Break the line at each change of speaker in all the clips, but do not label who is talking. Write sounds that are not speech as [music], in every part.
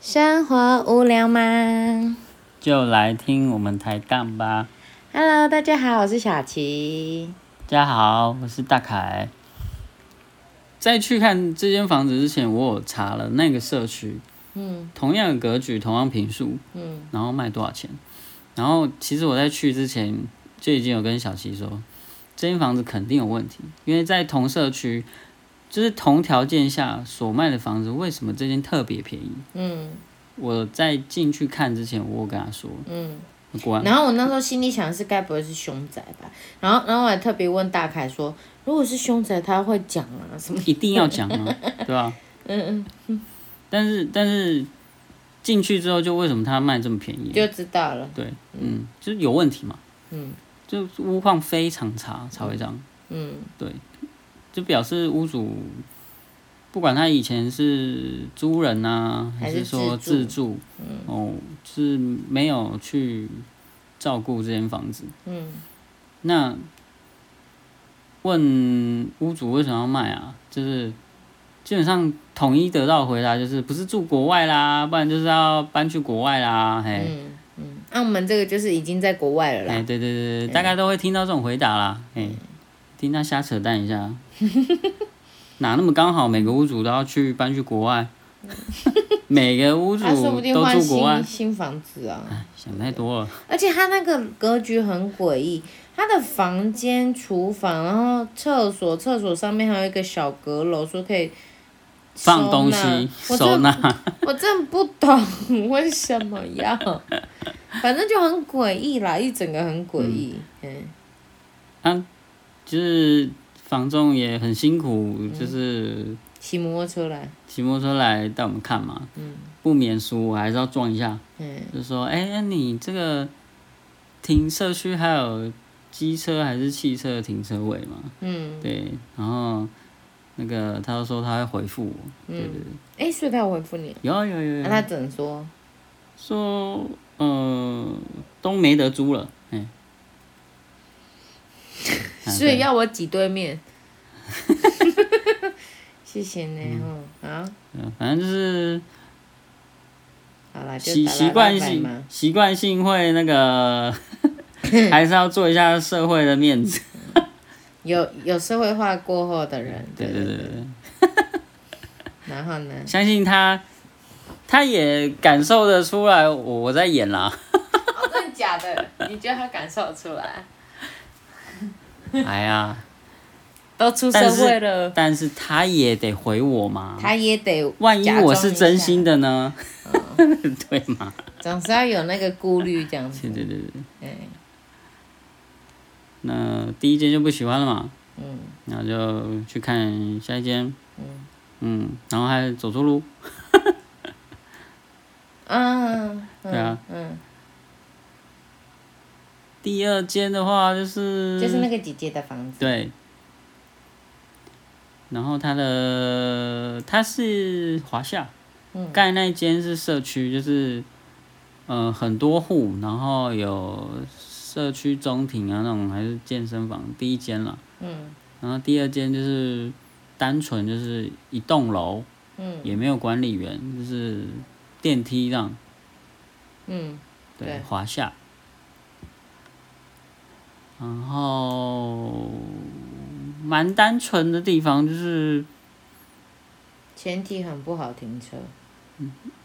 生活无聊吗
就来听我们抬杠吧。
？Hello，大家好，我是小琪。
大家好，我是大凯。在去看这间房子之前，我有查了那个社区，
嗯
同样的格局，同样平数，
嗯，
然后卖多少钱。然后其实我在去之前就已经有跟小琪说，这间房子肯定有问题，因为在同社区，就是同条件下所卖的房子，为什么这间特别便宜？
嗯
我在进去看之前，我有跟他说，
嗯。
果然
然后我那时候心里想的是，该不会是凶宅吧？然后，然后我还特别问大凯说，如果是凶宅，他会讲啊什么？
一定要讲
[laughs]
啊，对吧、
嗯
但是但是进去之后，就为什么它卖这么便宜
嗯，？就知道了。
对，嗯，就是有问题嘛，
嗯
就屋况非常差才会这样，
嗯
就表示屋主不管他以前是租人啊，
还
还
是
是
自
说
嗯
自住，哦，是没有去照顾这间房子。
嗯
那问屋主为什么要卖啊？就是基本上统一得到的回答就是不是住国外啦，不然就是要搬去国外啦，嘿。
嗯嗯。那、我们这个就是已经在国外了
哎、
啦。
对对对对，大概都会听到这种回答啦。哎、听他瞎扯淡一下， [laughs] 哪那么刚好每个屋主都要去搬去
[laughs]
国外，每个屋主
他、哎说不定
都
换
住国外
新，新房子啊。
想太多了。
而且它那个格局很诡异，它的房间、厨房，然后厕所，厕所上面还有一个小阁楼，说可以
放东
收纳
西
我
收
真
纳，
我真的不懂为什么要，反正就很诡异啦，一整个很诡异，嗯
就是房仲也很辛苦，就是
骑摩托车来，
骑摩托车来带我们看嘛，不免俗，我还是要撞一下，
嗯
就说，哎、那你这个停社区还有机车还是汽车的停车位吗？
嗯，
对，然后那个他就说他会回复我，对对对，
哎、所以他有回复你，
有啊有啊有
那、
啊
他
有啊，
怎么说？
说呃都没得租了，哎、啊
所以
对
要我挤对面， [laughs] 谢谢呢，哦、啊，
嗯反正就是
好啦，啊就
习
打
习
啦
惯
拜拜嘛
性习惯性会
[laughs]
那个，还是要做一下社会的面子，
有有社会化过后的人，
对
对
对对对，
然后呢？
相信他。他也感受得出来我我在演啦，
[laughs] 哦，真的假的？你觉得他感受出来？
哎呀，
都出
但是哦
了，
但是他也得回我嘛，
他也得
万一我是真心
的，
的呢？对嘛？
总是要有那个顾虑这样子。
对
嗯
对对对。
对，
那第一间就不喜欢了嘛，
嗯
然后就去看下一间。嗯，然后还走错路，
啊，嗯
对啊。
嗯，
第二间的话就是
就是那个姐姐的房子，
对，然后它的它是华夏，
嗯
盖那一间是社区，就是呃很多户，然后有社区中庭啊那种，还是健身房第一间啦。
嗯
然后第二间就是单纯就是一栋楼，
嗯
也没有管理员，就是电梯这样，
嗯对
对，华夏。然后蛮单纯的地方就是，
前提很不好停车，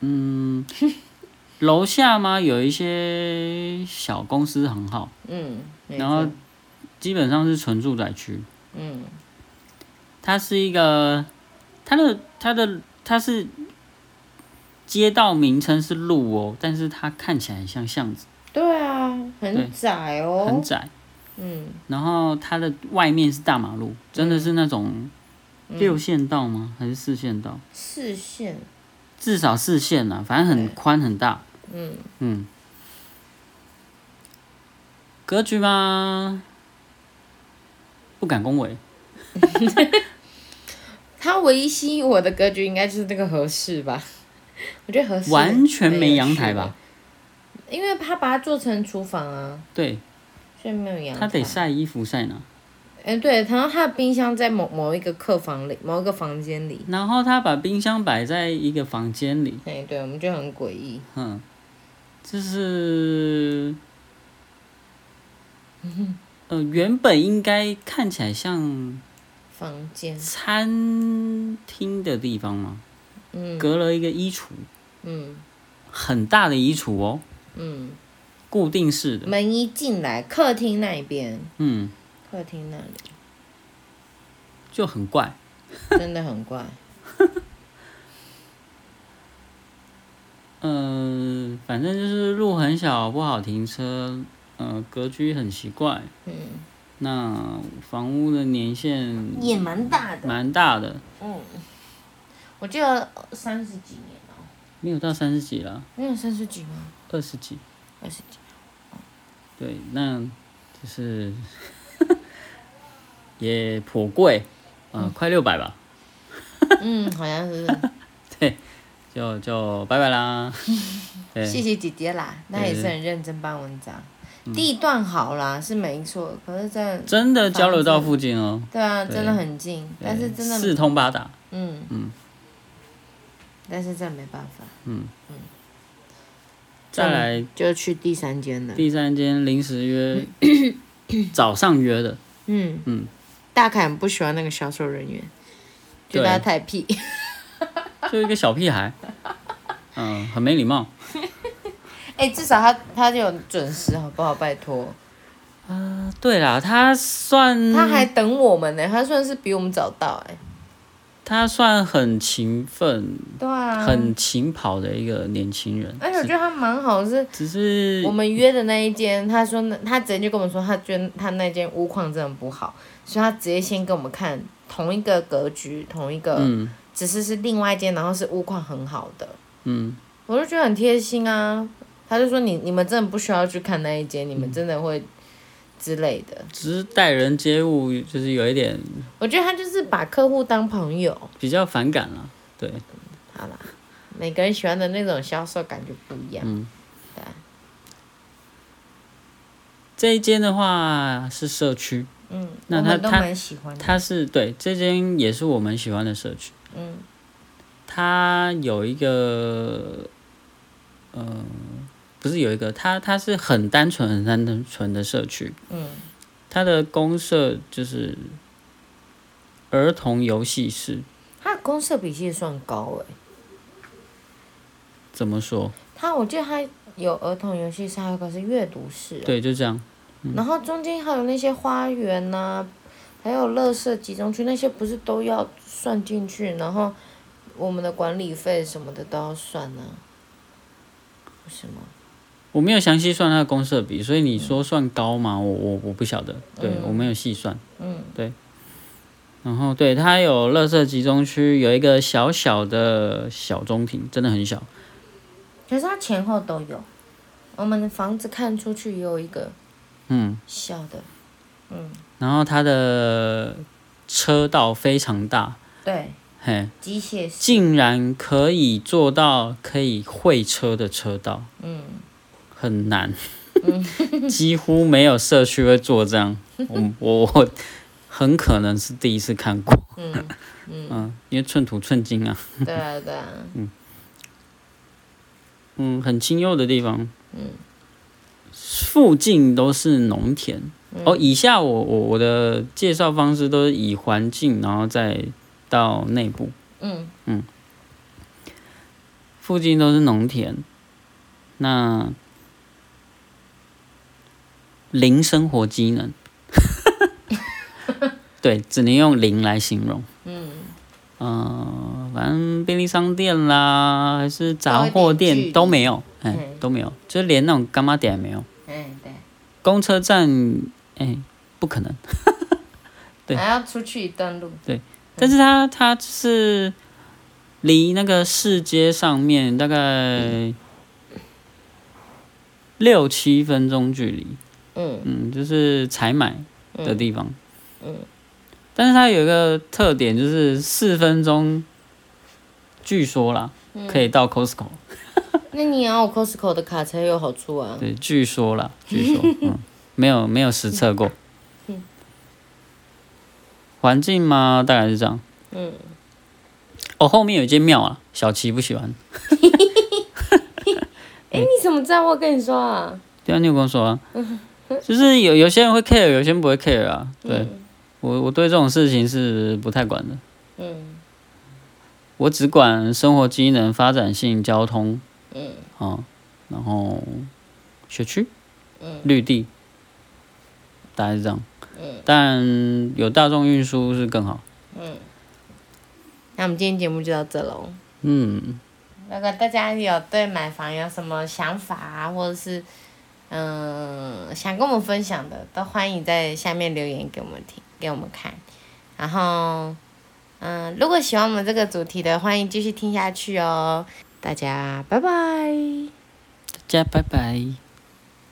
嗯，楼下嘛有一些小公司很好，
嗯，没
然后
错，
基本上是纯住宅区。
嗯
它是一个，它的它的它是街道名称是路哦，但是它看起来像巷子，
对啊，很
对
窄
很
哦，
窄。
嗯
然后它的外面是大马路，真的是那种
嗯
六线道吗？还是四线道？
视线，
至少四线啦，反正很
对
宽很大。
嗯
嗯，格局嘛，不敢恭维。
它唯一吸引我的格局应该就是那个合适吧， [laughs] 我觉得合适
完全没阳
蛮有
台
趣的
吧？
因为他把它做成厨房啊，
对，
所以没有阳台。
它得晒衣服晒哪？
哎，对，然后他的冰箱在某某一个客房里，某一个房间里。
然后他把冰箱摆在一个房间里，
哎，对，我们就很诡异。
哼，嗯
[laughs]
就是，呃，原本应该看起来像
房间，
餐厅的地方嘛，
嗯
隔了一个衣橱，
嗯
很大的衣橱哦，
嗯，
固定式的，
门一进来，客厅那一边，
嗯，
客厅那 [laughs] 里
就很怪。
真的很怪。
呃，反正就是路很小，不好停车，呃，格局很奇怪。
嗯，
那房屋的年限
也蛮大的。
蛮大的，
嗯，我记得三十几年了、
没有到三十几啦，
没有三十几吗？
二十几。
二十几。
对，那就是 [laughs] 也颇贵，呃，快六百吧，
嗯，好像 [laughs] 是。
就就拜拜啦。
谢
对，
谢姐姐啦，那也是很认真帮文章。地段好啦，是没错，可是真的，
真的交流道附近哦，
对啊，
对
真的很近，但是
对
真的，
四通八达。
嗯
嗯，
但是真的没办法，
再来
就去第三间了。
第三间临时约，
[laughs]
早上约的，
嗯
嗯，
大凯很不喜欢那个销售人员，觉得
对
他太屁。
就一个小屁孩，嗯、很没礼貌。
哎，至少他他有准时，好不好？拜托，
对啦，他算
他还等我们呢，他算是比我们早到哎。
他算很勤奋、
对啊，
很勤跑的一个年轻人，
而且我觉得他蛮好，是
只是
我们约的那一间，他说那他直接就跟我们说，他觉得他那间屋况真的不好，所以他直接先给我们看同一个格局，同一个，
嗯
只是是另外一间，然后是屋况很好的，
嗯，
我就觉得很贴心啊。他就说你你们真的不需要去看那一间，你们真的会之类的。
只是待人接物就是有一点
我觉得他就是把客户当朋友，
比较反感了。对，
好啦，每个人喜欢的那种销售感觉不一样。
嗯这一间的话是社区，
嗯，
那
我
他
们都
他
蛮喜欢的。
它是对这间也是我们喜欢的社区，
嗯
它有一个呃，不是有一个，它它是很单纯、很单纯的社区，
嗯
它的公社就是儿童游戏室，
他的公社比其实算高欸诶、
怎么说？
他我记得他有儿童游戏室，还有一个是阅读室哦、
对，嗯就这样。
然后中间还有那些花园呐、还有乐色集中区那些不是都要算进去，然后我们的管理费什么的都要算呢、啊不是吗？
我没有详细算它的公社比，所以你说算高吗？我我我不晓得，对、我没有细算。
嗯，
对。然后对它有垃圾集中区，有一个小小的小中庭，真的很小。
可是它前后都有，我们的房子看出去也有一个
嗯，
小的，
然后它的车道非常大，
对，
嘿，
机械室，
竟然可以做到可以会车的车道，
嗯，
很难， [laughs] 几乎没有社区会做这样。我我我很可能是第一次看过，
嗯，
嗯，因为寸土寸金啊，
对啊对啊，
嗯，很清幽的地方，嗯，附近都是农田。哦，以下我我我的介绍方式都是以环境，然后再到内部，
嗯
附近都是农田，那零生活
[laughs]
机能，对，只能用零来形容。
嗯，
嗯、反正便利商店啦，还是杂
稍微
货
有点距
店
离
都没有，哎、
嗯
都没有，就连那种干妈点也没有。
哎对。
公车站，哎、不可能。对
还要出去一段路，
但是它它是离那个市街上面大概六七分钟距离，
嗯
嗯，就是采买的地方，
嗯
但是它有一个特点就是四分钟，据说啦
嗯
可以到 Costco，、
那你也啊要有 Costco 的卡才有好处啊。
对，据说啦，据说，嗯，没有没有实测过。环境嘛，大概是这样。
嗯，
哦，后面有一间庙啊，小琪不喜欢。
哎、你怎么知道我跟你说啊？
对啊，你有跟
[laughs]
我说啊，就是有有些人会 care，有些人不会 care 啊。对、我，我对这种事情是不太管的，
嗯，
我只管生活机能、发展性、交通，
嗯，
啊，然后学区，
嗯
绿地，大概是这样。但有大众运输是更好。
那我们今天节目就到这喽。
嗯，
如果大家有对买房有什么想法啊，或者是嗯想跟我们分享的，都欢迎在下面留言给我们听，给我们看。然后，嗯，如果喜欢我们这个主题的，欢迎继续听下去哦。大家拜拜。
大家拜拜。